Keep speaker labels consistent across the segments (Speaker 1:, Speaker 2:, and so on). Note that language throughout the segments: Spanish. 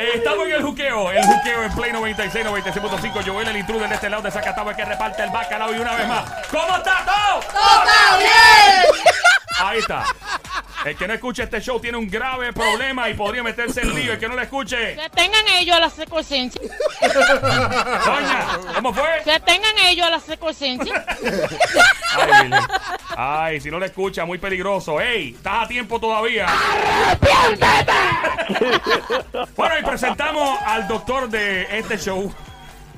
Speaker 1: Eh, estamos en el juqueo, el juqueo en Play 96, 96.5. Joel, el intruder de este lado de Zacatau, el que reparte el bacalao. Y una vez más, ¿cómo está todo? Ahí está. El que no escuche este show tiene un grave problema y podría meterse en lío. El que no le escuche,
Speaker 2: Que tengan ellos a la secuencia.
Speaker 1: doña, ¿cómo fue?
Speaker 2: Que tengan ellos a la secuencia.
Speaker 1: Ay, Virgen. Ay, si no le escucha, muy peligroso. ¡Ey! ¿Estás a tiempo todavía? bueno, y presentamos al doctor de este show.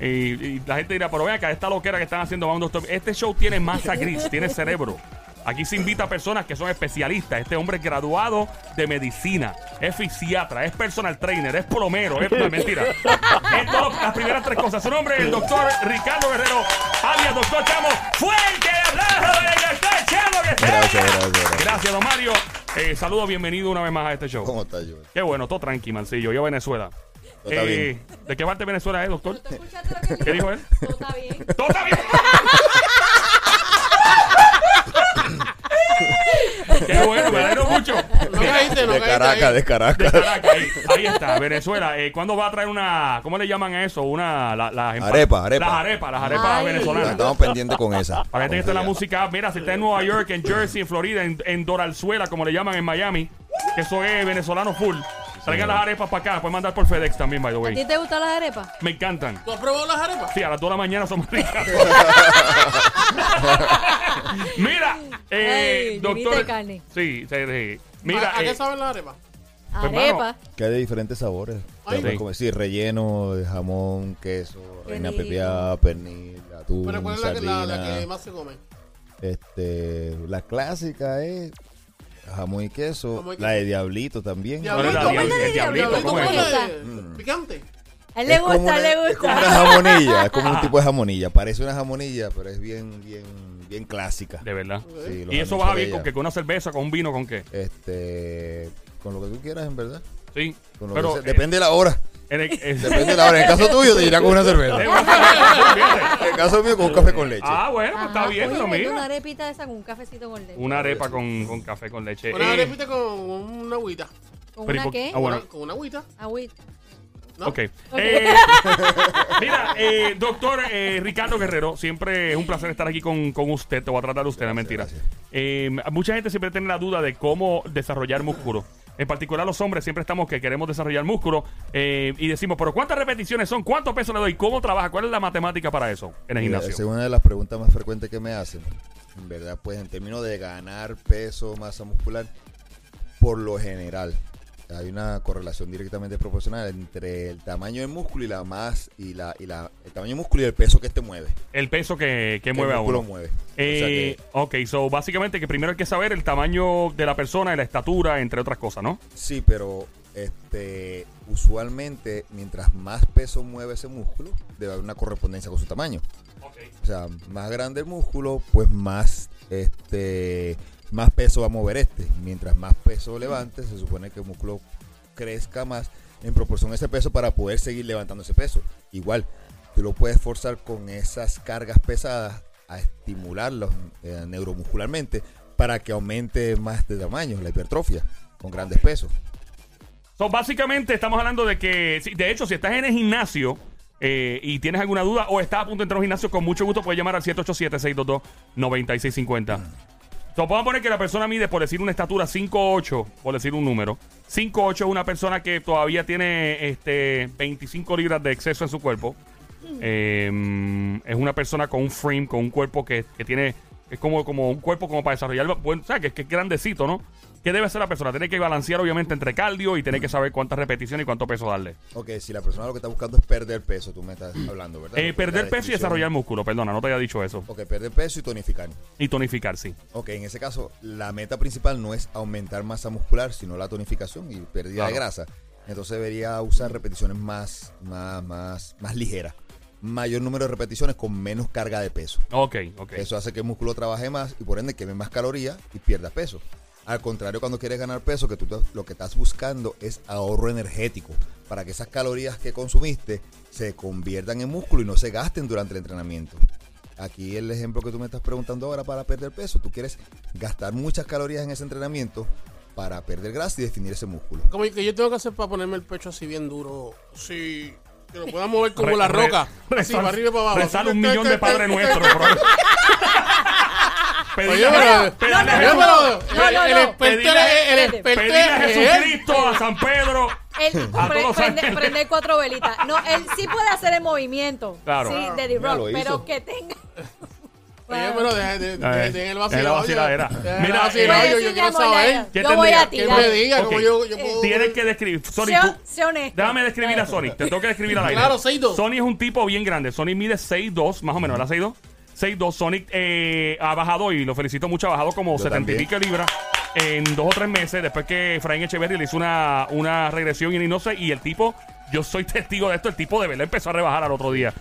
Speaker 1: Y, y la gente dirá, pero ven acá, esta loquera que están haciendo va un doctor. Este show tiene masa gris, tiene cerebro. Aquí se invita a personas que son especialistas. Este hombre es graduado de medicina, es fisiatra, es personal trainer, es plomero, es no, es mentira. Es todo- las primeras tres cosas. Su nombre es el doctor Ricardo Guerrero, alias doctor Chamo. ¡Fuerte el abrazo del doctor Chamo que se
Speaker 3: Gracias,
Speaker 1: oiga!
Speaker 3: gracias, gracias.
Speaker 1: Gracias, don Mario. Eh, saludos, bienvenido una vez más a este show.
Speaker 3: ¿Cómo estás, Joel?
Speaker 1: Qué bueno, todo tranqui, mancillo. Yo Venezuela. Eh,
Speaker 3: Todo está bien.
Speaker 1: ¿De qué parte de Venezuela es, doctor? ¿Qué dijo él?
Speaker 4: Todo está bien.
Speaker 1: ¡Todo está bien! ¡Qué bueno! Me alegro mucho.
Speaker 3: De Caracas, de
Speaker 1: De
Speaker 3: Caracas.
Speaker 1: Caracas, ahí, ahí está, Venezuela. Eh, ¿Cuándo va a traer una, cómo le llaman a eso? Una, la- las empa-
Speaker 3: Arepa, arepa.
Speaker 1: Las arepas, las arepas
Speaker 4: Ay.
Speaker 1: venezolanas.
Speaker 3: Estamos pendientes con esa.
Speaker 1: Para la gente que está en la música, mira, si está en Nueva York, en Jersey, en Florida, en, en Doralzuela, como le llaman en Miami, que eso es venezolano full. Traigan las arepas para acá, las pueden mandar por FedEx también, by the
Speaker 4: ¿A ti
Speaker 1: way.
Speaker 4: te gustan las arepas?
Speaker 1: Me encantan.
Speaker 5: ¿Tú has probado las arepas?
Speaker 1: Sí, a las 2 de la mañana son más ricas. Mira, eh,
Speaker 4: Ay, llenita
Speaker 1: doctor.
Speaker 4: de carne.
Speaker 1: Sí, sí, sí. Mira,
Speaker 5: ¿A, a
Speaker 1: eh,
Speaker 5: qué saben las arepas?
Speaker 1: Pues,
Speaker 4: Arepa.
Speaker 3: Que hay de diferentes sabores.
Speaker 5: Ay.
Speaker 3: Puedes
Speaker 1: Sí.
Speaker 3: comer, sí, relleno, de jamón, queso, reina
Speaker 4: rico.
Speaker 3: pepiada, pernil, atún,
Speaker 5: Pero ¿cuál es la que, la-
Speaker 3: sardina.
Speaker 5: la que más se come?
Speaker 3: Este, la clásica es jamón y queso.
Speaker 5: Jamón y
Speaker 3: La
Speaker 5: queso.
Speaker 3: de diablito también.
Speaker 1: ¿cuál es la
Speaker 4: Diablito,
Speaker 1: diablo-
Speaker 4: ¿cuál es
Speaker 1: el
Speaker 4: la diablo?
Speaker 1: diablito? ¿Cómo es?
Speaker 4: ¿Cómo
Speaker 5: la
Speaker 4: es
Speaker 5: de- Mm. ¿Picante?
Speaker 4: A él le
Speaker 3: Es como
Speaker 4: gusta,
Speaker 3: una-
Speaker 4: a él le
Speaker 3: Es como una
Speaker 4: gusta.
Speaker 3: jamonilla, es como
Speaker 1: Ah.
Speaker 3: un tipo de jamonilla. Parece una jamonilla, pero es bien, bien, bien clásica.
Speaker 1: De verdad.
Speaker 3: Sí, los
Speaker 1: Y eso
Speaker 3: anuncios
Speaker 1: baja
Speaker 3: de
Speaker 1: bien con
Speaker 3: ella.
Speaker 1: que con una cerveza, con un vino, con qué.
Speaker 3: Este, con lo que tú quieras, en verdad.
Speaker 1: Sí.
Speaker 3: Con lo
Speaker 1: Pero
Speaker 3: que sea. Depende de la hora.
Speaker 1: eh, en el- eh,
Speaker 3: Depende de la hora. En el caso tuyo, te irá con una cerveza.
Speaker 1: eh, fíjate.
Speaker 3: En el caso mío, con un café con leche.
Speaker 1: Ah, bueno, pues está
Speaker 4: Ajá,
Speaker 1: bien,
Speaker 4: oye,
Speaker 1: pero
Speaker 4: vete Una
Speaker 1: mira.
Speaker 4: arepita de esa con un cafecito con leche.
Speaker 1: Una arepa con, con café con leche.
Speaker 5: Una
Speaker 1: Eh,
Speaker 5: arepita con una agüita.
Speaker 4: ¿Con
Speaker 1: pero ¿y
Speaker 4: una
Speaker 1: por-
Speaker 4: qué?
Speaker 1: ah, bueno.
Speaker 5: Una- Con una agüita.
Speaker 4: Agüita.
Speaker 5: ¿no?
Speaker 1: Ok. Eh, mira, eh, doctor eh, Ricardo Guerrero, siempre es un placer estar aquí con, con usted. Te voy a tratar de usted, no es mentira. Eh, mucha gente siempre tiene la duda de cómo desarrollar músculo. En particular los hombres siempre estamos que queremos desarrollar músculo eh, y decimos, pero ¿cuántas repeticiones son? ¿Cuánto peso le doy? ¿Cómo trabaja? ¿Cuál es la matemática para eso en el
Speaker 3: Mira,
Speaker 1: gimnasio?
Speaker 3: esa es una de las preguntas más frecuentes que me hacen. En verdad, pues en términos de ganar peso, masa muscular, por lo general, hay una correlación directamente proporcional entre el tamaño del músculo y la más y la, y la el tamaño del músculo y el peso que este mueve.
Speaker 1: El peso que, que
Speaker 3: Que
Speaker 1: mueve
Speaker 3: el
Speaker 1: a
Speaker 3: músculo
Speaker 1: uno.
Speaker 3: mueve. o sea
Speaker 1: Eh,
Speaker 3: que,
Speaker 1: ok, so básicamente que primero hay que saber el tamaño de la persona y la estatura, entre otras cosas, ¿no?
Speaker 3: sí, pero este usualmente mientras más peso mueve ese músculo, debe haber una correspondencia con su tamaño. O sea, más grande el músculo, pues más este más peso va a mover este. Mientras más peso levante, se supone que el músculo crezca más en proporción a ese peso para poder seguir levantando ese peso. Igual, tú lo puedes forzar con esas cargas pesadas a estimularlos eh, neuromuscularmente para que aumente más de tamaño, la hipertrofia, con grandes pesos.
Speaker 1: So, básicamente estamos hablando de que, si- de hecho, si estás en el gimnasio eh, y tienes alguna duda o estás a punto de entrar a un gimnasio, con mucho gusto puedes llamar al 787-622-9650. So, vamos a poner que la persona mide, por decir una estatura 5'8, por decir un número. 5'8 es una persona que todavía tiene este, 25 libras de exceso en su cuerpo. eh, es una persona con un frame, con un cuerpo que, que tiene. Es como, como un cuerpo como para desarrollar. Bueno, o sea, que, es- que es grandecito, ¿no? ¿Qué debe ser la persona? Tiene que balancear, obviamente, entre cardio y tener que saber cuántas repeticiones y cuánto peso darle.
Speaker 3: Ok, si la persona lo que está buscando es perder peso, tú me estás hablando, ¿verdad?
Speaker 1: Eh,
Speaker 3: Lo que es la
Speaker 1: perder peso y
Speaker 3: descripción.
Speaker 1: desarrollar músculo, perdona, no te había dicho eso.
Speaker 3: Ok, perder peso y tonificar.
Speaker 1: Y tonificar, sí.
Speaker 3: Ok, en ese caso, la meta principal no es aumentar masa muscular, sino la tonificación y pérdida de
Speaker 1: Claro.
Speaker 3: grasa. Entonces debería usar repeticiones más, más, más, más ligeras. Mayor número de repeticiones con menos carga de peso.
Speaker 1: Ok, ok.
Speaker 3: Eso hace que el músculo trabaje más y por ende queme más calorías y pierda peso. Al contrario, cuando quieres ganar peso, que tú te- lo que estás buscando es ahorro energético para que esas calorías que consumiste se conviertan en músculo y no se gasten durante el entrenamiento. Aquí el ejemplo que tú me estás preguntando ahora para perder peso, tú quieres gastar muchas calorías en ese entrenamiento para perder grasa y definir ese músculo.
Speaker 5: Como que yo tengo que hacer para ponerme el pecho así bien duro. Sí. Que lo pueda mover como
Speaker 1: Re-
Speaker 5: la
Speaker 1: re-
Speaker 5: roca. así,
Speaker 1: rezar-
Speaker 5: para arriba y para abajo.
Speaker 1: rezar
Speaker 5: Así,
Speaker 1: un
Speaker 5: que-
Speaker 1: millón
Speaker 5: que-
Speaker 1: de
Speaker 5: que-
Speaker 1: Padre
Speaker 5: que-
Speaker 1: Nuestro, bro. Pedirle
Speaker 5: Oye,
Speaker 1: pedirle-
Speaker 5: pero- Oye, pero
Speaker 4: No, no,
Speaker 5: el-
Speaker 4: no.
Speaker 5: el experto
Speaker 1: Pedirle-
Speaker 5: es- el experto
Speaker 1: pedirle a
Speaker 5: es él.
Speaker 1: Jesucristo, a San Pedro.
Speaker 4: Él
Speaker 1: A
Speaker 4: pre-
Speaker 1: todos
Speaker 4: prende,
Speaker 1: ángeles.
Speaker 4: prende cuatro velitas. No, él sí puede hacer el movimiento.
Speaker 1: Claro.
Speaker 4: Sí, de The
Speaker 3: Mira, lo
Speaker 4: Rock, pero
Speaker 3: hizo.
Speaker 4: que tenga.
Speaker 5: Oye, pero deja de, de, de, de en el vacío.
Speaker 1: En Eh, la vaciladera. Mira,
Speaker 5: Mira, la vaciladera,
Speaker 1: eh,
Speaker 4: Puede
Speaker 5: yo, yo
Speaker 4: decir, mi
Speaker 5: quiero
Speaker 4: amor, ya,
Speaker 5: saber.
Speaker 4: ya.
Speaker 1: ¿Qué
Speaker 4: Yo voy
Speaker 1: tendría?
Speaker 4: a
Speaker 5: Que
Speaker 4: tirar.
Speaker 5: me diga, como
Speaker 1: Ok.
Speaker 5: yo, yo puedo.
Speaker 1: Tienes que describir. Sony,
Speaker 4: Sea-
Speaker 1: tú-
Speaker 4: sea honesto.
Speaker 1: Déjame describir a Sony. Te tengo que describir al aire.
Speaker 5: Claro, 6'2".
Speaker 1: Sony es un tipo bien grande. Sony mide 6'2, más o menos, ¿verdad? 6'2. 6'2. Sonic eh, ha bajado y lo felicito mucho. Ha bajado como
Speaker 3: Yo
Speaker 1: 70 y
Speaker 3: también.
Speaker 1: pico libras en dos o tres meses después que Frank Echeverry le hizo una, una regresión y no sé. Y el tipo, yo soy testigo de esto, el tipo de verdad empezó a rebajar al otro día.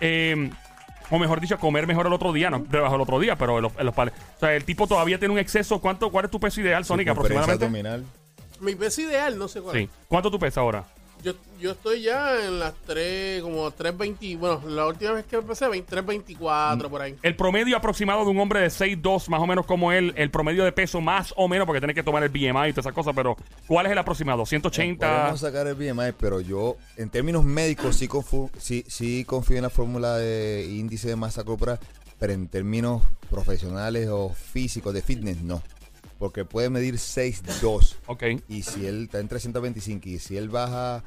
Speaker 1: Eh, o mejor dicho, comer mejor el otro día. No, rebajó el otro día, pero en los, en los pales. O sea, el tipo todavía tiene un exceso. ¿Cuánto, ¿Cuál es tu peso ideal, Sonic,
Speaker 3: Circunferencia
Speaker 1: aproximadamente?
Speaker 3: abdominal.
Speaker 5: Mi peso ideal, no sé cuál.
Speaker 1: Sí. ¿Cuánto tú pesas ahora?
Speaker 5: Yo, yo estoy ya en las 3, como 3.20. Bueno, la última vez que empecé, 20, 3.24 por ahí.
Speaker 1: El promedio aproximado de un hombre de 6'2, más o menos como él, el promedio de peso más o menos, porque tiene que tomar el BMI y todas esas cosas, pero ¿cuál es el aproximado? ¿180?
Speaker 3: Eh, Podemos sacar el BMI, pero yo, en términos médicos, sí, confu- sí, sí confío en la fórmula de índice de masa corporal, pero en términos profesionales o físicos de fitness, no. Porque puede medir 6'2
Speaker 1: ok.
Speaker 3: y si él está en 325 y si él baja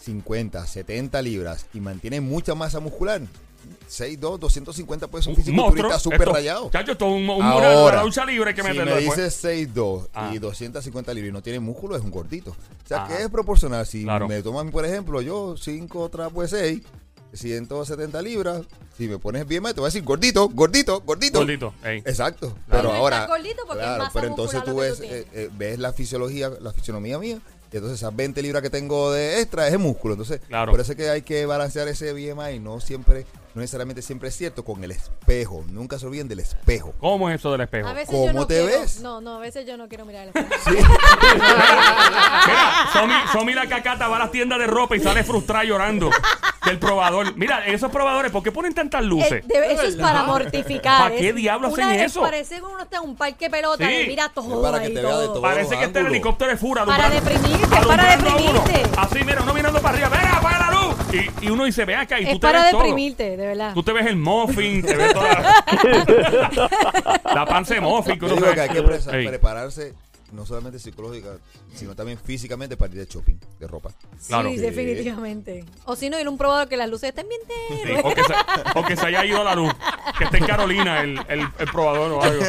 Speaker 3: 50, 70 libras y mantiene mucha masa muscular, 6'2, 250 puede ser pues, un fisiculturista súper
Speaker 1: esto-
Speaker 3: rayado.
Speaker 1: Chacho, esto es un, un-
Speaker 3: Ahora,
Speaker 1: una lucha libre hay que
Speaker 3: si
Speaker 1: meterlo
Speaker 3: me
Speaker 1: después.
Speaker 3: dices 6'2
Speaker 1: Ah.
Speaker 3: y 250 libras y no tiene músculo, es un gordito. O sea,
Speaker 1: Ah.
Speaker 3: que es proporcional. Si
Speaker 1: Claro.
Speaker 3: me toman, por ejemplo, yo pues 5 trapos de 6, 170 libras, si me pones bien mal, te voy a decir gordito, gordito, gordito.
Speaker 1: Gordito, ey.
Speaker 3: Exacto.
Speaker 4: no
Speaker 3: Pero
Speaker 4: estás
Speaker 3: ahora.
Speaker 4: gordito porque es
Speaker 3: claro,
Speaker 4: masa
Speaker 3: pero entonces
Speaker 4: muscular
Speaker 3: tú
Speaker 4: lo que
Speaker 3: ves,
Speaker 4: tú tienes.
Speaker 3: eh, eh, ves la fisiología, la fisionomía mía. Y entonces esas 20 libras que tengo de extra es el músculo. Entonces,
Speaker 1: Claro.
Speaker 3: por eso es que hay que balancear ese BMI. No siempre, no necesariamente siempre es cierto con el espejo. Nunca se olviden del espejo.
Speaker 1: ¿Cómo es eso del espejo?
Speaker 4: A veces yo
Speaker 3: ¿Cómo
Speaker 4: no
Speaker 3: te
Speaker 4: quiero-
Speaker 3: ves?
Speaker 4: No, no, a veces yo no quiero mirar el espejo.
Speaker 1: Mira, Somi, Somi la cacata va a las tiendas de ropa y sale frustrada llorando del probador. Mira, esos probadores, ¿por qué ponen tantas luces?
Speaker 4: Eh, debe- eso es para mortificar.
Speaker 1: ¿Para
Speaker 4: es-
Speaker 1: qué diablo
Speaker 4: una
Speaker 1: hacen
Speaker 4: vez
Speaker 1: eso?
Speaker 4: Parece que uno está en un parque de pelota
Speaker 1: Sí.
Speaker 4: y mira todo.
Speaker 3: Es para que
Speaker 4: ahí,
Speaker 3: te vea de
Speaker 4: todo.
Speaker 3: todo.
Speaker 1: Parece
Speaker 3: Todos
Speaker 1: que este
Speaker 3: ángulos.
Speaker 1: helicóptero es fura.
Speaker 4: Para
Speaker 1: alumbrando-
Speaker 4: deprimirte, es para
Speaker 1: alumbrando a uno.
Speaker 4: deprimirte.
Speaker 1: Así, mira, uno mirando para arriba. ¡Ven, apaga la luz! Y, y uno dice, ve acá, y tú
Speaker 4: Es
Speaker 1: te
Speaker 4: para
Speaker 1: ves todo.
Speaker 4: deprimirte, de verdad.
Speaker 1: Tú te ves el muffin, te ves toda la, la panza de muffin. que
Speaker 3: Yo
Speaker 1: uno
Speaker 3: digo
Speaker 1: se-
Speaker 3: que hay que presa-
Speaker 1: Ey,
Speaker 3: prepararse no solamente psicológica, sino también físicamente para ir de shopping de ropa.
Speaker 1: claro.
Speaker 4: Sí,
Speaker 1: Sí.
Speaker 4: definitivamente. O si no, ir a un probador que las luces estén bien
Speaker 1: Sí,
Speaker 4: tenues.
Speaker 1: o, que se, o que se haya ido la luz. Que esté en Carolina el, el, el probador o algo.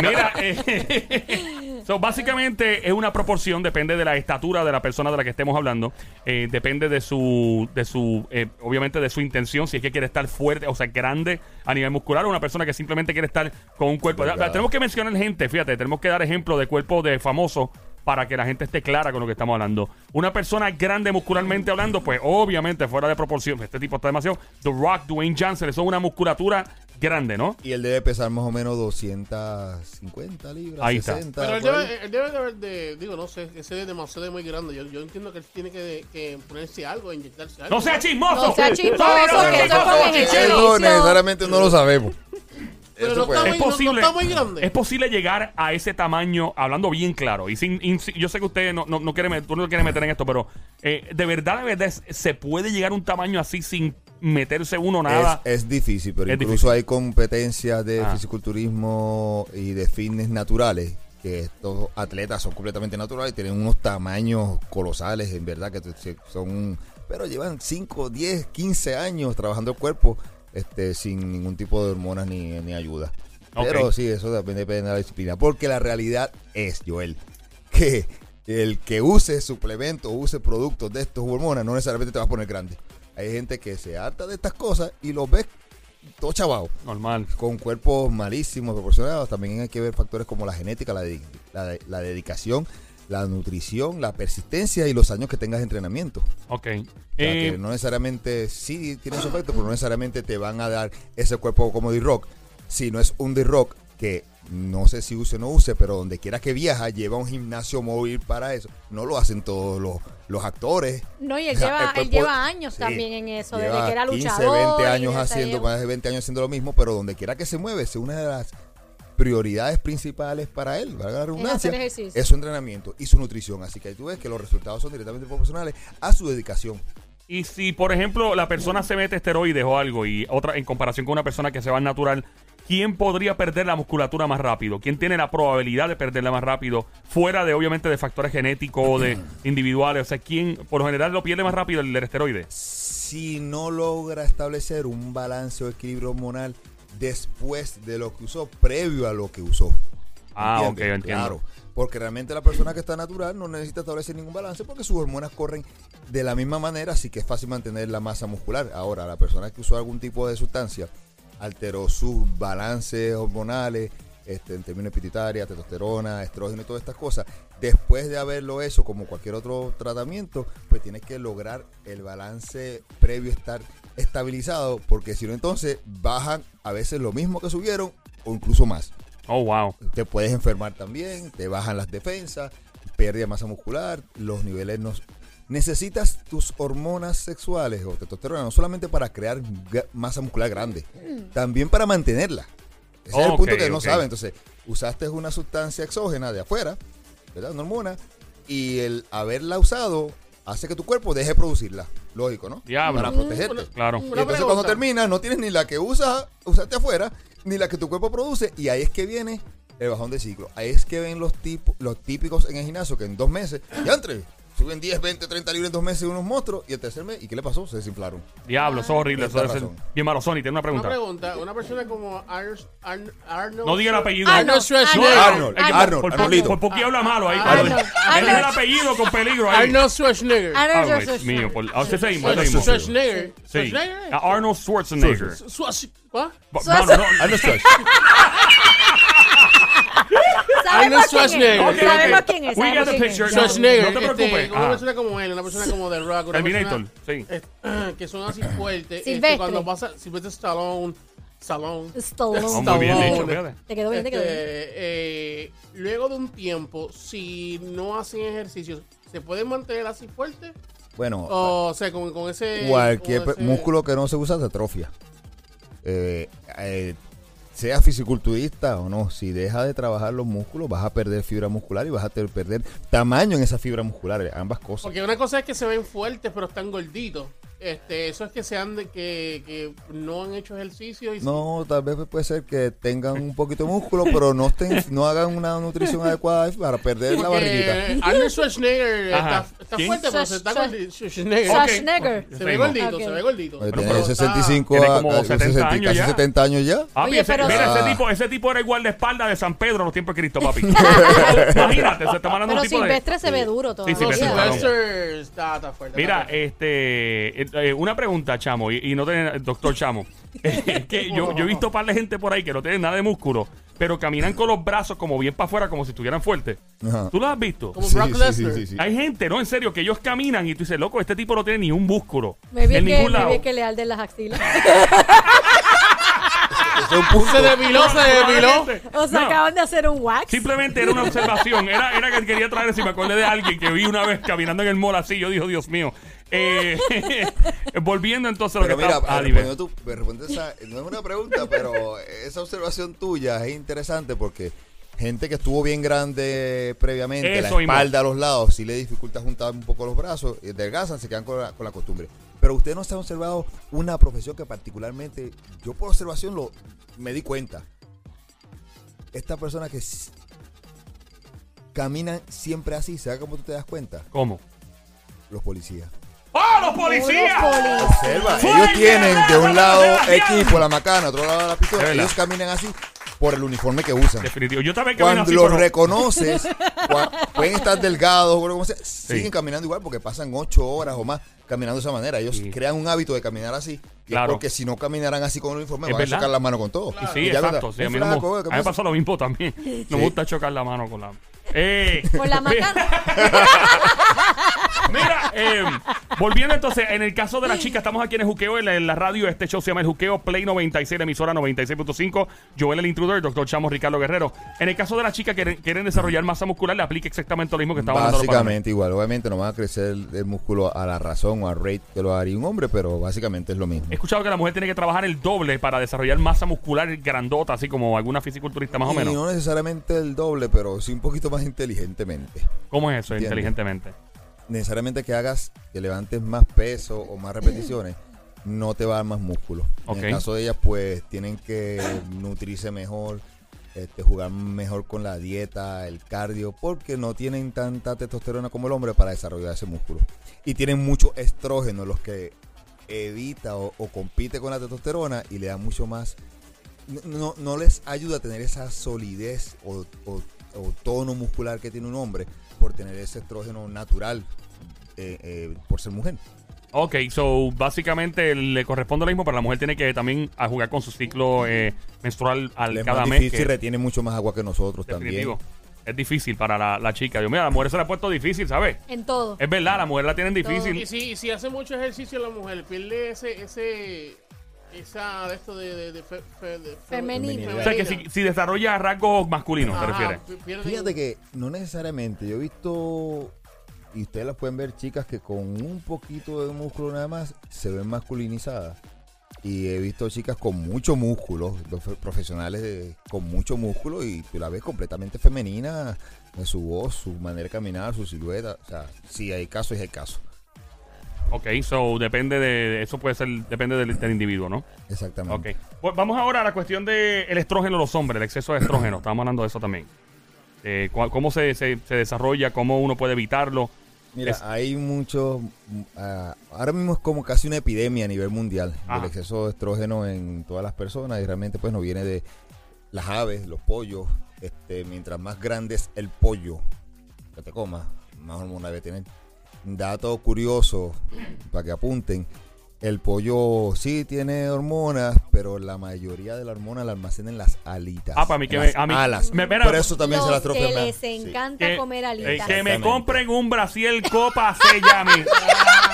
Speaker 1: Mira, eh, so, básicamente es una proporción, depende de la estatura de la persona de la que estemos hablando. eh, depende de su, de su eh, obviamente, de su intención, si es que quiere estar fuerte, o sea, grande a nivel muscular, o una persona que simplemente quiere estar con un cuerpo.
Speaker 3: Delgada.
Speaker 1: Tenemos que mencionar gente, fíjate, tenemos que dar ejemplo de cuerpo de famoso para que la gente esté clara con lo que estamos hablando. Una persona grande muscularmente hablando, pues obviamente fuera de proporción. Este tipo está demasiado. The Rock, Dwayne Johnson, eso es una musculatura grande, ¿no?
Speaker 3: Y él debe pesar más o menos 250 libras,
Speaker 1: Ahí está.
Speaker 3: 60.
Speaker 5: Pero él
Speaker 3: por ahí.
Speaker 5: debe, él debe de haber de, digo, no sé, ese demasiado es muy grande. Yo, yo entiendo que él tiene que, que ponerse algo, inyectarse algo.
Speaker 1: No sea chismoso.
Speaker 4: No sea chismoso,
Speaker 1: Sorry, no sea
Speaker 4: que eso
Speaker 1: chismoso,
Speaker 4: con
Speaker 1: chichero.
Speaker 4: ejercicio.
Speaker 3: Eso necesariamente no lo sabemos.
Speaker 5: Pero
Speaker 3: Eso
Speaker 5: no
Speaker 3: puede.
Speaker 5: está
Speaker 1: Es
Speaker 5: muy- no- no
Speaker 1: posible,
Speaker 5: está muy grande.
Speaker 1: es posible llegar a ese tamaño, hablando bien claro. Y sin, in- sin- yo sé que usted no, no, no quiere, met- tú no quiere meter en esto, pero eh, de verdad, de verdad, es- se puede llegar a un tamaño así sin meterse uno nada.
Speaker 3: Es, es difícil, pero
Speaker 1: Es
Speaker 3: incluso
Speaker 1: difícil.
Speaker 3: hay competencias de
Speaker 1: Ah.
Speaker 3: fisiculturismo y de fitness naturales. Que estos atletas son completamente naturales, tienen unos tamaños colosales, en verdad, que te- se- son pero llevan 5, 10, 15 años trabajando el cuerpo este, sin ningún tipo de hormonas ni, ni ayuda.
Speaker 1: Ok.
Speaker 3: Pero sí, eso depende, depende de la disciplina. Porque la realidad es, Joel, que el que use suplementos, use productos de estos hormonas, no necesariamente te va a poner grande. Hay gente que se harta de estas cosas y los ves todo chavao
Speaker 1: Normal.
Speaker 3: con cuerpos malísimos, proporcionados. También hay que ver factores como la genética, la, de- la de- la dedicación, la nutrición, la persistencia y los años que tengas de entrenamiento.
Speaker 1: Ok.
Speaker 3: O sea, que
Speaker 1: Eh,
Speaker 3: no necesariamente, sí tienen su efecto, pero no necesariamente te van a dar ese cuerpo como D-Rock. Si no es un D-Rock que no sé si use o no use, pero donde quiera que viaja, lleva un gimnasio móvil para eso. No lo hacen todos los, los actores.
Speaker 4: No, y él
Speaker 3: O sea,
Speaker 4: lleva,
Speaker 3: el
Speaker 4: él
Speaker 3: cuerpo-
Speaker 4: lleva años
Speaker 3: sí,
Speaker 4: también en eso, desde
Speaker 3: lleva
Speaker 4: que era
Speaker 3: 15,
Speaker 4: luchador.
Speaker 3: 20
Speaker 4: y
Speaker 3: años
Speaker 4: hasta
Speaker 3: haciendo,
Speaker 4: lleva-
Speaker 3: más de 20 años haciendo lo mismo, pero donde quiera que se mueve, es una de las prioridades principales para él, valga la redundancia,
Speaker 4: hacer
Speaker 3: es,
Speaker 4: ejercicio.
Speaker 3: su entrenamiento y su nutrición. Así que ahí tú ves que los resultados son directamente proporcionales a su dedicación.
Speaker 1: y si, por ejemplo, la persona se mete esteroides o algo y otra en comparación con una persona que se va al natural, ¿quién podría perder la musculatura más rápido? ¿Quién tiene la probabilidad de perderla más rápido? Fuera de, obviamente, de factores genéticos, de individuales. O sea, ¿quién por lo general lo pierde más rápido el del esteroide?
Speaker 3: Si no logra establecer un balance o equilibrio hormonal después de lo que usó, previo a lo que usó.
Speaker 1: Ah, ok,
Speaker 3: ¿Entiendes?
Speaker 1: entiendo.
Speaker 3: Claro, porque realmente la persona que está natural no necesita establecer ningún balance porque sus hormonas corren de la misma manera, así que es fácil mantener la masa muscular. Ahora, la persona que usó algún tipo de sustancia alteró sus balances hormonales este, en términos de pituitaria, testosterona, estrógeno y todas estas cosas. Después de haberlo hecho, como cualquier otro tratamiento, pues tienes que lograr el balance previo estar estabilizado, porque si no, entonces bajan a veces lo mismo que subieron o incluso más
Speaker 1: Oh, wow.
Speaker 3: te puedes enfermar también, te bajan las defensas, pérdida de masa muscular, los niveles no... Necesitas tus hormonas sexuales o testosterona no solamente para crear ga- masa muscular grande, también para mantenerla. Ese es el
Speaker 1: Ok,
Speaker 3: punto que no
Speaker 1: ok.
Speaker 3: saben. Entonces, usaste una sustancia exógena de afuera, ¿verdad? Una hormona, y el haberla usado hace que tu cuerpo deje de producirla. Lógico, ¿no?
Speaker 1: Diablo.
Speaker 3: Para protegerte.
Speaker 5: Mm,
Speaker 1: Claro.
Speaker 3: Y
Speaker 5: Una
Speaker 3: entonces
Speaker 5: pregunta.
Speaker 3: cuando terminas, no tienes ni la que usas, usaste afuera, ni la que tu cuerpo produce, y ahí es que viene el bajón de ciclo. Ahí es que ven los, tipo, los típicos en el gimnasio que en dos meses, ya entre, suben 10, 20, 30 libras en dos meses unos monstruos, y el tercer mes, ¿y qué le pasó? Se desinflaron.
Speaker 1: Diablo, eso es horrible. Eso debe
Speaker 3: Tienes
Speaker 1: ser
Speaker 3: razón.
Speaker 1: bien malo. Sony, tiene una
Speaker 5: Una
Speaker 1: pregunta.
Speaker 5: pregunta, una persona como Ar- Ar- Arnold...
Speaker 1: No diga el apellido.
Speaker 5: Ah, Arnold
Speaker 4: Arnold,
Speaker 5: Schwarzenegger.
Speaker 3: Arnold,
Speaker 1: Ay,
Speaker 3: Arnold,
Speaker 1: por, por,
Speaker 3: Arnoldito.
Speaker 1: por poquito habla malo ahí.
Speaker 5: Arnold,
Speaker 1: Él es el apellido con peligro ahí.
Speaker 5: Arnold Schwarzenegger.
Speaker 1: Ah,
Speaker 4: Arnold
Speaker 1: Dios mío, por- ah, sí, seguimos,
Speaker 5: Schwar-
Speaker 1: seguimos.
Speaker 5: Schwarzenegger.
Speaker 1: Sí.
Speaker 5: Schwarzenegger.
Speaker 1: A Arnold Schwarzenegger.
Speaker 5: Schwarz- ¿What?
Speaker 1: Ba- Mano, no,
Speaker 3: Arnold Schwarzenegger.
Speaker 4: Sabemos
Speaker 5: Arnold
Speaker 4: quién es.
Speaker 5: Schwarzenegger.
Speaker 1: Ok,
Speaker 4: Sabemos
Speaker 1: ok.
Speaker 4: quién es.
Speaker 1: We
Speaker 4: sabemos
Speaker 1: got the
Speaker 4: quién es.
Speaker 1: picture.
Speaker 4: Ya.
Speaker 5: Schwarzenegger.
Speaker 1: No te preocupes.
Speaker 5: Una
Speaker 1: Ah.
Speaker 5: persona como él, una persona como The Rock. una
Speaker 1: Terminator,
Speaker 5: persona,
Speaker 1: sí.
Speaker 5: eh, que son así fuertes. este,
Speaker 4: Silvestre.
Speaker 5: cuando pasa Silvestre Stallone. Stallone.
Speaker 1: Oh,
Speaker 4: Stallone.
Speaker 1: muy bien
Speaker 5: Stallone.
Speaker 1: hecho, fíjate.
Speaker 4: Te quedó bien, te quedó bien.
Speaker 5: Este, eh, luego de un tiempo, si no hacen ejercicios, ¿se pueden mantener así fuertes?
Speaker 3: Bueno,
Speaker 5: O sea, con, con ese...
Speaker 3: cualquier
Speaker 5: con
Speaker 3: pe-
Speaker 5: ese-
Speaker 3: músculo que no se usa se atrofia. Eh, eh, sea fisiculturista o no, si deja de trabajar los músculos, vas a perder fibra muscular y vas a ter- perder tamaño en esa fibra muscular, ambas cosas.
Speaker 5: Porque una cosa es que se ven fuertes, pero están gorditos. Este, eso es que se han de- que, que no han hecho ejercicio y
Speaker 3: No, tal vez puede ser que tengan un poquito de músculo, pero no estén, no hagan una nutrición adecuada para perder la
Speaker 5: Porque
Speaker 3: barriguita.
Speaker 5: Arnold Schwarzenegger
Speaker 1: Ajá.
Speaker 5: está, está
Speaker 1: ¿Quién?
Speaker 5: fuerte, pero se está
Speaker 4: Schwar-
Speaker 5: gordito. Schwarzenegger.
Speaker 1: Ok.
Speaker 4: Schwarzenegger.
Speaker 5: Se ve
Speaker 1: Seguimos.
Speaker 5: gordito, se
Speaker 4: Ok.
Speaker 5: ve gordito.
Speaker 3: Tiene
Speaker 5: Pero está-
Speaker 3: 65
Speaker 1: Tiene
Speaker 3: a-
Speaker 1: como
Speaker 3: a-
Speaker 1: 70
Speaker 3: 60,
Speaker 1: años
Speaker 3: casi
Speaker 1: ya.
Speaker 3: 70 años ya.
Speaker 1: Papi,
Speaker 4: Oye,
Speaker 1: ese,
Speaker 4: pero-
Speaker 1: mira, ese
Speaker 3: Ah.
Speaker 1: tipo, ese tipo era igual de espalda de San Pedro en los tiempos de Cristo, papi. Imagínate, se está mandando
Speaker 4: Pero
Speaker 1: un tipo de...
Speaker 4: Silvestre se ve duro todavía.
Speaker 1: Sí,
Speaker 5: No,
Speaker 1: Silvestre
Speaker 5: Sylvester
Speaker 1: Stallone.
Speaker 5: está, está fuerte.
Speaker 1: Mira,
Speaker 5: está fuerte.
Speaker 1: este, eh, eh, una pregunta, chamo, y, y no tiene, doctor Chamo, Es que yo, yo he visto par de gente por ahí que no tienen nada de músculo, pero caminan con los brazos como bien para afuera, como si estuvieran fuertes.
Speaker 3: Ajá.
Speaker 1: ¿Tú lo has visto?
Speaker 5: Como Brock Lesnar.
Speaker 1: Hay gente, no, en serio, que ellos caminan y tú dices, loco, este tipo no tiene ni un músculo
Speaker 4: Me vi
Speaker 1: en
Speaker 4: que,
Speaker 1: ningún
Speaker 4: me
Speaker 1: lado.
Speaker 4: vi que le alden las axilas.
Speaker 3: Ese es un punto.
Speaker 5: Se debiló, se debiló.
Speaker 1: eh, Probablemente-
Speaker 4: O sea,
Speaker 1: No,
Speaker 4: acaban de hacer un wax.
Speaker 1: Simplemente era una observación. Era, era que quería traer, si me acordé de alguien que vi una vez caminando en el mall así, yo dije, Dios mío. Eh, volviendo entonces a lo
Speaker 3: Pero
Speaker 1: que
Speaker 3: mira, eh,
Speaker 1: estaba- Ah, dime.
Speaker 3: respondiendo tú, me respondes esa- no es una pregunta, pero esa observación tuya es interesante porque gente que estuvo bien grande previamente,
Speaker 1: Eso
Speaker 3: la
Speaker 1: mismo.
Speaker 3: espalda a los lados, sí le dificulta juntar un poco los brazos, y adelgazan, se quedan con la, con la costumbre. Pero usted no se ha observado una profesión que particularmente, yo por observación lo, me di cuenta. Esta persona que s- caminan siempre así, ¿sabes cómo tú te das cuenta?
Speaker 1: ¿Cómo?
Speaker 3: Los policías.
Speaker 1: ¡Oh, los policías!
Speaker 4: Unos policías.
Speaker 3: Observa,
Speaker 1: ¡Fuera
Speaker 3: ellos
Speaker 1: el
Speaker 3: tienen de
Speaker 1: guerrero,
Speaker 3: un lado
Speaker 1: guerrero!
Speaker 3: equipo, la macana, otro lado la
Speaker 1: Es
Speaker 3: pistola.
Speaker 1: verdad.
Speaker 3: Ellos caminan así por el uniforme que usan.
Speaker 1: Definitivo. Yo también
Speaker 3: Cuando
Speaker 1: camino así,
Speaker 3: los
Speaker 1: pero-
Speaker 3: reconoces, cua- pueden estar delgados, gordos, como sea, siguen caminando igual porque pasan ocho horas o más caminando de esa manera. Ellos crean un hábito de caminar así. y es
Speaker 1: Claro.
Speaker 3: porque si no caminaran así con el uniforme,
Speaker 1: Es
Speaker 3: van a
Speaker 1: verdad.
Speaker 3: chocar la mano con todo.
Speaker 1: Y Sí,
Speaker 3: Y ya
Speaker 1: exacto.
Speaker 3: cuando-
Speaker 1: sí, a,
Speaker 3: un
Speaker 1: mí no me-
Speaker 3: flaco,
Speaker 1: a
Speaker 3: ¿qué
Speaker 1: mí me
Speaker 3: pasa?
Speaker 1: pasa lo mismo también. No me gusta chocar la mano con la... Eh,
Speaker 4: Con la
Speaker 1: mira-
Speaker 4: macana.
Speaker 1: Mira, eh, volviendo entonces, en el caso de la chica, estamos aquí en el Juqueo, en la, en la radio. Este show se llama El Juqueo Play 96, la emisora 96.5. Joel el Intruder, el doctor Chamos Ricardo Guerrero. En el caso de la chica que quieren desarrollar masa muscular, le aplica exactamente lo mismo que estamos hablando.
Speaker 3: Básicamente igual, obviamente no van a crecer el, el músculo a la razón o al rate que lo haría un hombre, pero básicamente es lo mismo.
Speaker 1: He escuchado que la mujer tiene que trabajar el doble para desarrollar masa muscular grandota, así como alguna fisiculturista más o
Speaker 3: y
Speaker 1: menos.
Speaker 3: no necesariamente el doble, pero sí un poquito más inteligentemente.
Speaker 1: ¿Cómo es eso,
Speaker 3: Entiendo.
Speaker 1: inteligentemente?
Speaker 3: Necesariamente que hagas, que levantes más peso o más repeticiones, no te va a dar más músculo. En
Speaker 1: Ok.
Speaker 3: el caso de ellas, pues tienen que nutrirse mejor, este, jugar mejor con la dieta, el cardio, porque no tienen tanta testosterona como el hombre para desarrollar ese músculo. Y tienen mucho estrógeno, los que evita o, o compite con la testosterona y le da mucho más no- no, no les ayuda a tener esa solidez o, o- o tono muscular que tiene un hombre por tener ese estrógeno natural eh, eh, por ser mujer.
Speaker 1: Ok, so básicamente le corresponde lo mismo, pero la mujer tiene que también a jugar con su ciclo eh, menstrual al
Speaker 3: Les es
Speaker 1: cada
Speaker 3: más
Speaker 1: mes.
Speaker 3: difícil,
Speaker 1: que-
Speaker 3: retiene mucho más agua que nosotros
Speaker 1: Definitivo. Es difícil para la, la chica. Yo, mira, la mujer se la ha puesto difícil, ¿sabes?
Speaker 4: En todo.
Speaker 1: Es verdad, la mujer la tienen
Speaker 5: Y
Speaker 1: difícil.
Speaker 5: si, y si hace mucho ejercicio la mujer, pierde ese, ese, esa de esto de, de, de fe- fe- de- fe-
Speaker 4: Femenino.
Speaker 1: O sea, que si, si desarrolla rasgos masculinos,
Speaker 5: Ajá,
Speaker 1: te refieres.
Speaker 5: pi- pierde-
Speaker 3: también. Fíjate que no necesariamente, yo he visto, y ustedes las pueden ver chicas que con un poquito de músculo nada más se ven masculinizadas. Y he visto chicas con mucho músculo, los fe- profesionales de- con mucho músculo y tú la ves completamente femenina en su voz, su manera de caminar, su silueta. O sea, si hay caso, es el caso.
Speaker 1: Ok, so depende de. Eso puede ser. Depende del, del individuo, ¿no? Ok.
Speaker 3: Exactamente.
Speaker 1: Bueno, vamos ahora a la cuestión del estrógeno de los hombres, el exceso de estrógeno. Estábamos hablando de eso también. Eh, cua- ¿Cómo se, se- se desarrolla? ¿Cómo uno puede evitarlo?
Speaker 3: Mira,
Speaker 1: Es-
Speaker 3: hay muchos. mm, ah, ahora mismo es como casi una epidemia a nivel mundial
Speaker 1: Ajá.
Speaker 3: del exceso de estrógeno en todas las personas y realmente, pues, no viene de las aves, los pollos. Este, mientras más grande es el pollo que te comas, más hormonas debe tener. Dato curioso para que apunten: el pollo sí tiene hormonas, pero la mayoría de las hormonas la almacenan en las alitas.
Speaker 1: Ah, para mí que
Speaker 3: en
Speaker 1: me-
Speaker 3: las
Speaker 1: a mí-
Speaker 3: alas.
Speaker 1: me- mira,
Speaker 3: Por eso también se
Speaker 4: Los
Speaker 3: las atrofia
Speaker 4: que
Speaker 3: más.
Speaker 4: les
Speaker 3: Sí.
Speaker 4: encanta comer
Speaker 1: eh,
Speaker 4: alitas.
Speaker 1: que me
Speaker 3: Exactamente.
Speaker 1: compren un Brasil Copa se llame.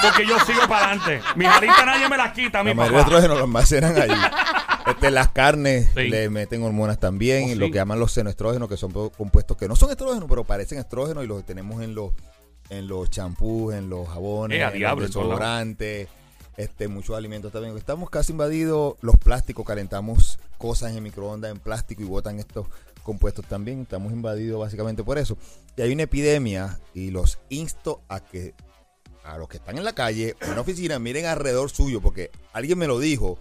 Speaker 1: porque yo sigo para adelante. Mis alitas nadie me las quita, mi
Speaker 3: La mayoría de
Speaker 1: papá.
Speaker 3: estrógenos los almacenan allí. Este, las carnes
Speaker 1: Sí.
Speaker 3: le meten hormonas también,
Speaker 1: Oh,
Speaker 3: y lo
Speaker 1: sí.
Speaker 3: que llaman los senoestrógenos, que son pro- compuestos que no son estrógenos, pero parecen estrógenos y los tenemos en los en los champús, en los jabones,
Speaker 1: Eh, a
Speaker 3: en
Speaker 1: diablo, en
Speaker 3: los
Speaker 1: todos lados.
Speaker 3: desodorantes, este, muchos alimentos también. Estamos casi invadidos los plásticos, calentamos cosas en microondas, en plástico y botan estos compuestos también. Estamos invadidos básicamente por eso. Y hay una epidemia y los insto a que a los que están en la calle, en la oficina, miren alrededor suyo, porque alguien me lo dijo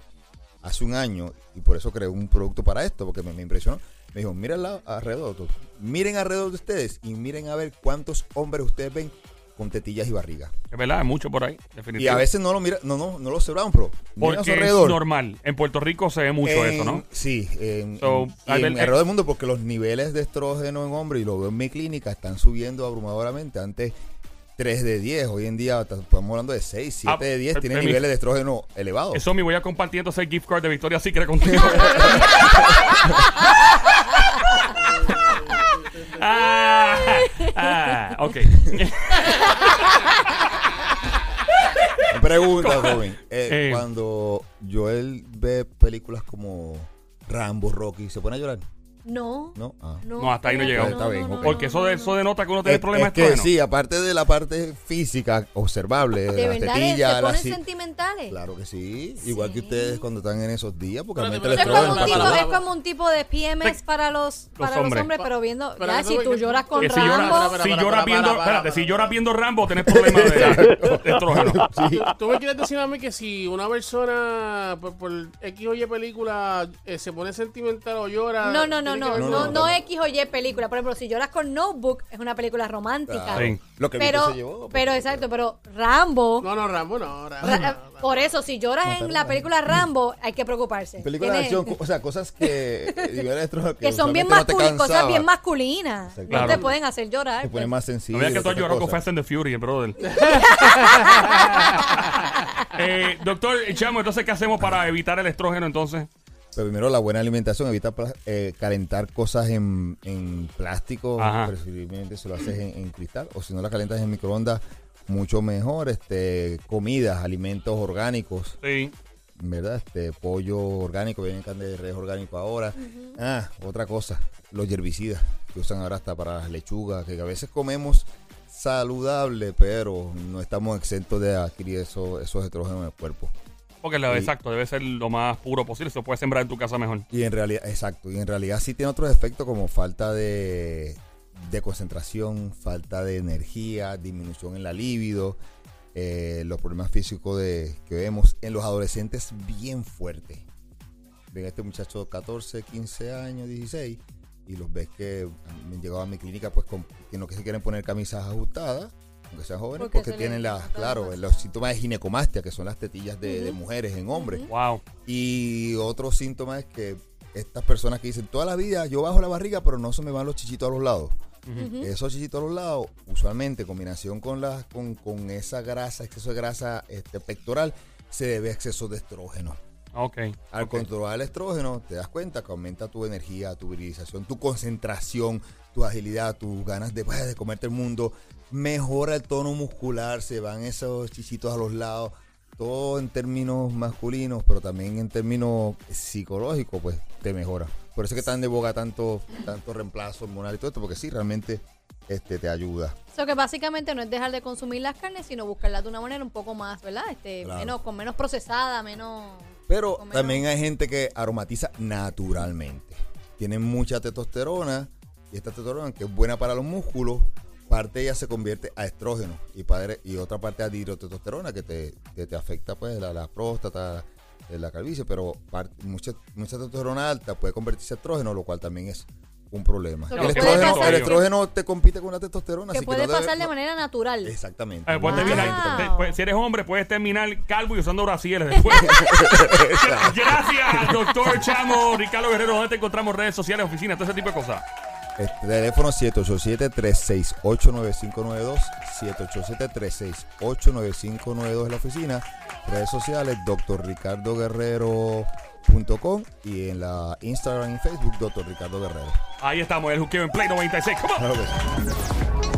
Speaker 3: hace un año y por eso creé un producto para esto, porque me, me impresionó. Me dijo, miren la- alrededor, tú. miren alrededor de ustedes y miren a ver cuántos hombres ustedes ven con tetillas y barriga.
Speaker 1: Es verdad, hay mucho por ahí.
Speaker 3: Y a
Speaker 1: Definitivamente.
Speaker 3: veces no lo miran, no, no, no lo observan, pero miren a su
Speaker 1: Porque es
Speaker 3: alrededor.
Speaker 1: normal. En Puerto Rico se ve mucho
Speaker 3: En-
Speaker 1: eso, ¿no?
Speaker 3: Sí, en,
Speaker 1: So,
Speaker 3: en- y
Speaker 1: a ver,
Speaker 3: en
Speaker 1: eh.
Speaker 3: alrededor del mundo, porque los niveles de estrógeno en hombre, y lo veo en mi clínica, están subiendo abrumadoramente. Antes 3 de 10, hoy en día hasta- estamos hablando de 6, 7
Speaker 1: Ah,
Speaker 3: de 10,
Speaker 1: per-
Speaker 3: tienen
Speaker 1: permiso.
Speaker 3: niveles de estrógeno elevados.
Speaker 1: Eso me voy a compartir entonces el gift card de Victoria Secret contigo. ah, ah, ok.
Speaker 3: Me Pregunta, joven. Eh,
Speaker 1: Eh.
Speaker 3: Cuando Joel ve películas como Rambo, Rocky, ¿se pone a llorar?
Speaker 4: No.
Speaker 3: No, ah.
Speaker 1: No, hasta ahí no llegamos.
Speaker 3: Está bien, ok.
Speaker 1: Porque eso, de, eso denota que uno tiene
Speaker 3: Es-
Speaker 1: problemas
Speaker 3: es que
Speaker 1: estrógenos.
Speaker 3: sí, aparte de la parte física observable, de,
Speaker 4: De
Speaker 3: las
Speaker 4: verdad, eh,
Speaker 3: tetillas,
Speaker 4: se
Speaker 3: las
Speaker 4: ponen
Speaker 3: si-
Speaker 4: sentimentales.
Speaker 3: Claro que sí. Igual que ustedes cuando están en esos días, porque
Speaker 5: Espérate,
Speaker 3: aumenta el
Speaker 4: Es
Speaker 5: espérate,
Speaker 4: como,
Speaker 3: estrógeno.
Speaker 4: un
Speaker 5: Pero-
Speaker 4: tipo,
Speaker 3: para-
Speaker 4: es como un tipo de PMX para los, para los
Speaker 1: hombres.
Speaker 4: hombres, pero viendo.
Speaker 5: Pero
Speaker 4: ya,
Speaker 5: eso
Speaker 4: si
Speaker 5: es
Speaker 4: tú
Speaker 5: que-
Speaker 4: lloras con
Speaker 1: Que Eh, si lloras
Speaker 4: Rambo.
Speaker 5: Para,
Speaker 1: si
Speaker 5: para,
Speaker 1: lloras
Speaker 5: para,
Speaker 1: viendo,
Speaker 5: para, para,
Speaker 1: espérate,
Speaker 5: para.
Speaker 1: si lloras viendo Rambo, tenés problemas de, de estrógeno.
Speaker 3: Sí.
Speaker 5: Tú me quieres decir a mí que si una persona por, por X o Y película eh, se pone sentimental o llora.
Speaker 4: No, no, no, no, no,
Speaker 3: No,
Speaker 4: no,
Speaker 3: no,
Speaker 4: no,
Speaker 3: no.
Speaker 4: X o Y película. Por ejemplo, si lloras con Notebook, es una película romántica.
Speaker 3: Claro.
Speaker 1: Sí.
Speaker 3: Lo que Vito
Speaker 4: Pero,
Speaker 3: se llevó. pues,
Speaker 4: pero exacto, pero Rambo.
Speaker 5: No, no, Rambo, no, Rambo.
Speaker 4: Ra-
Speaker 5: no, no.
Speaker 4: Por eso, si lloras en la película Rambo, hay que preocuparse.
Speaker 3: Películas de
Speaker 4: Tiene-
Speaker 3: acción, co- o sea, cosas que, eh, Rivera Estrada,
Speaker 4: que son bien
Speaker 3: usualmente no te
Speaker 4: masculi- cosas
Speaker 3: cansaba,
Speaker 4: bien masculinas.
Speaker 3: Exacto.
Speaker 4: No te
Speaker 1: Claro.
Speaker 4: pueden hacer llorar. pues.
Speaker 3: Te pone más sencillo.
Speaker 1: No veas que tú has
Speaker 3: otra
Speaker 1: llorado con
Speaker 3: cosa.
Speaker 1: Fast and the Fury, brother. eh, doctor Chamo, entonces, ¿qué hacemos para evitar el estrógeno entonces?
Speaker 3: Pero primero, la buena alimentación, evita pla- eh, calentar cosas en, en plástico,
Speaker 1: Ajá.
Speaker 3: preferiblemente si lo haces en, en cristal, o si no la calentas en microondas, mucho mejor. Este, comidas, alimentos orgánicos,
Speaker 1: Sí.
Speaker 3: ¿verdad? Este, pollo orgánico, viene carne de res orgánico ahora. Ah, otra cosa, los herbicidas que usan ahora hasta para las lechugas, que a veces comemos saludable, pero no estamos exentos de adquirir eso- esos estrógenos en el cuerpo.
Speaker 1: Porque lo- exacto, debe ser lo más puro posible. Se puede sembrar en tu casa mejor.
Speaker 3: Y en realidad, exacto, y en realidad sí tiene otros efectos como falta de, de concentración, falta de energía, disminución en la libido, eh, los problemas físicos de, que vemos en los adolescentes bien fuerte. Ven a este muchacho de 14, 15 años, 16, y los ves que han llegado a mi clínica pues con que no que se quieren poner camisas ajustadas, aunque sean jóvenes,
Speaker 4: Porque
Speaker 3: porque,
Speaker 4: se les
Speaker 3: tienen las,
Speaker 4: nota
Speaker 3: claro,
Speaker 4: demasiado.
Speaker 3: los síntomas de ginecomastia, que son las tetillas de, de mujeres en hombres.
Speaker 1: Wow.
Speaker 3: Y otro síntoma es que estas personas que dicen toda la vida yo bajo la barriga, pero no se me van los chichitos a los lados. Esos chichitos a los lados, usualmente en combinación con, la, con, con esa grasa, exceso de grasa este, pectoral, se debe a exceso de estrógeno.
Speaker 1: Ok.
Speaker 3: Al controlar el estrógeno, te das cuenta que aumenta tu energía, tu virilización, tu concentración, tu agilidad, tus ganas de, pues, de comerte el mundo. Mejora el tono muscular, se van esos chichitos a los lados. Todo en términos masculinos, pero también en términos psicológicos, pues te mejora. Por eso es que están de boga tanto, tanto reemplazo hormonal y todo esto, porque sí, realmente este, te ayuda.
Speaker 4: Eso que básicamente no es dejar de consumir las carnes, sino buscarlas de una manera un poco más, ¿verdad? Este,
Speaker 3: Claro.
Speaker 4: menos, con menos procesada, menos...
Speaker 3: Pero
Speaker 4: con menos-
Speaker 3: también hay gente que aromatiza naturalmente. Tienen mucha testosterona y esta testosterona que es buena para los músculos, parte de ella se convierte a estrógeno y, padre, y otra parte a dihidrotestosterona que te, que te afecta pues la, la próstata, eh, la calvicie, pero par- mucha, mucha testosterona alta puede convertirse a estrógeno, lo cual también es un problema.
Speaker 4: Lo
Speaker 3: El
Speaker 1: que puede
Speaker 3: estrógeno,
Speaker 1: pasar
Speaker 3: el
Speaker 1: es-
Speaker 3: estrógeno te compite con la testosterona.
Speaker 4: Que
Speaker 3: así
Speaker 4: puede
Speaker 3: que no debe-
Speaker 4: pasar de
Speaker 3: no-
Speaker 4: manera Ah. natural.
Speaker 3: Exactamente.
Speaker 1: Eh, puedes
Speaker 3: Mucha
Speaker 4: Wow.
Speaker 1: terminar-
Speaker 3: gente-
Speaker 1: te- pues, si eres hombre, puedes terminar calvo y usando brasiles después. Gracias, doctor Chamo, Ricardo Guerrero. ¿Dónde te encontramos? Redes sociales, oficinas, todo ese tipo de cosas.
Speaker 3: El Este teléfono 787-368-9592. 787-368-9592 es la oficina. Redes sociales, drricardoguerrero.com y en la Instagram y Facebook, Dr. Ricardo Guerrero.
Speaker 1: Ahí estamos, el juqueo en Play 96. ¡Come on!
Speaker 3: Claro que sí.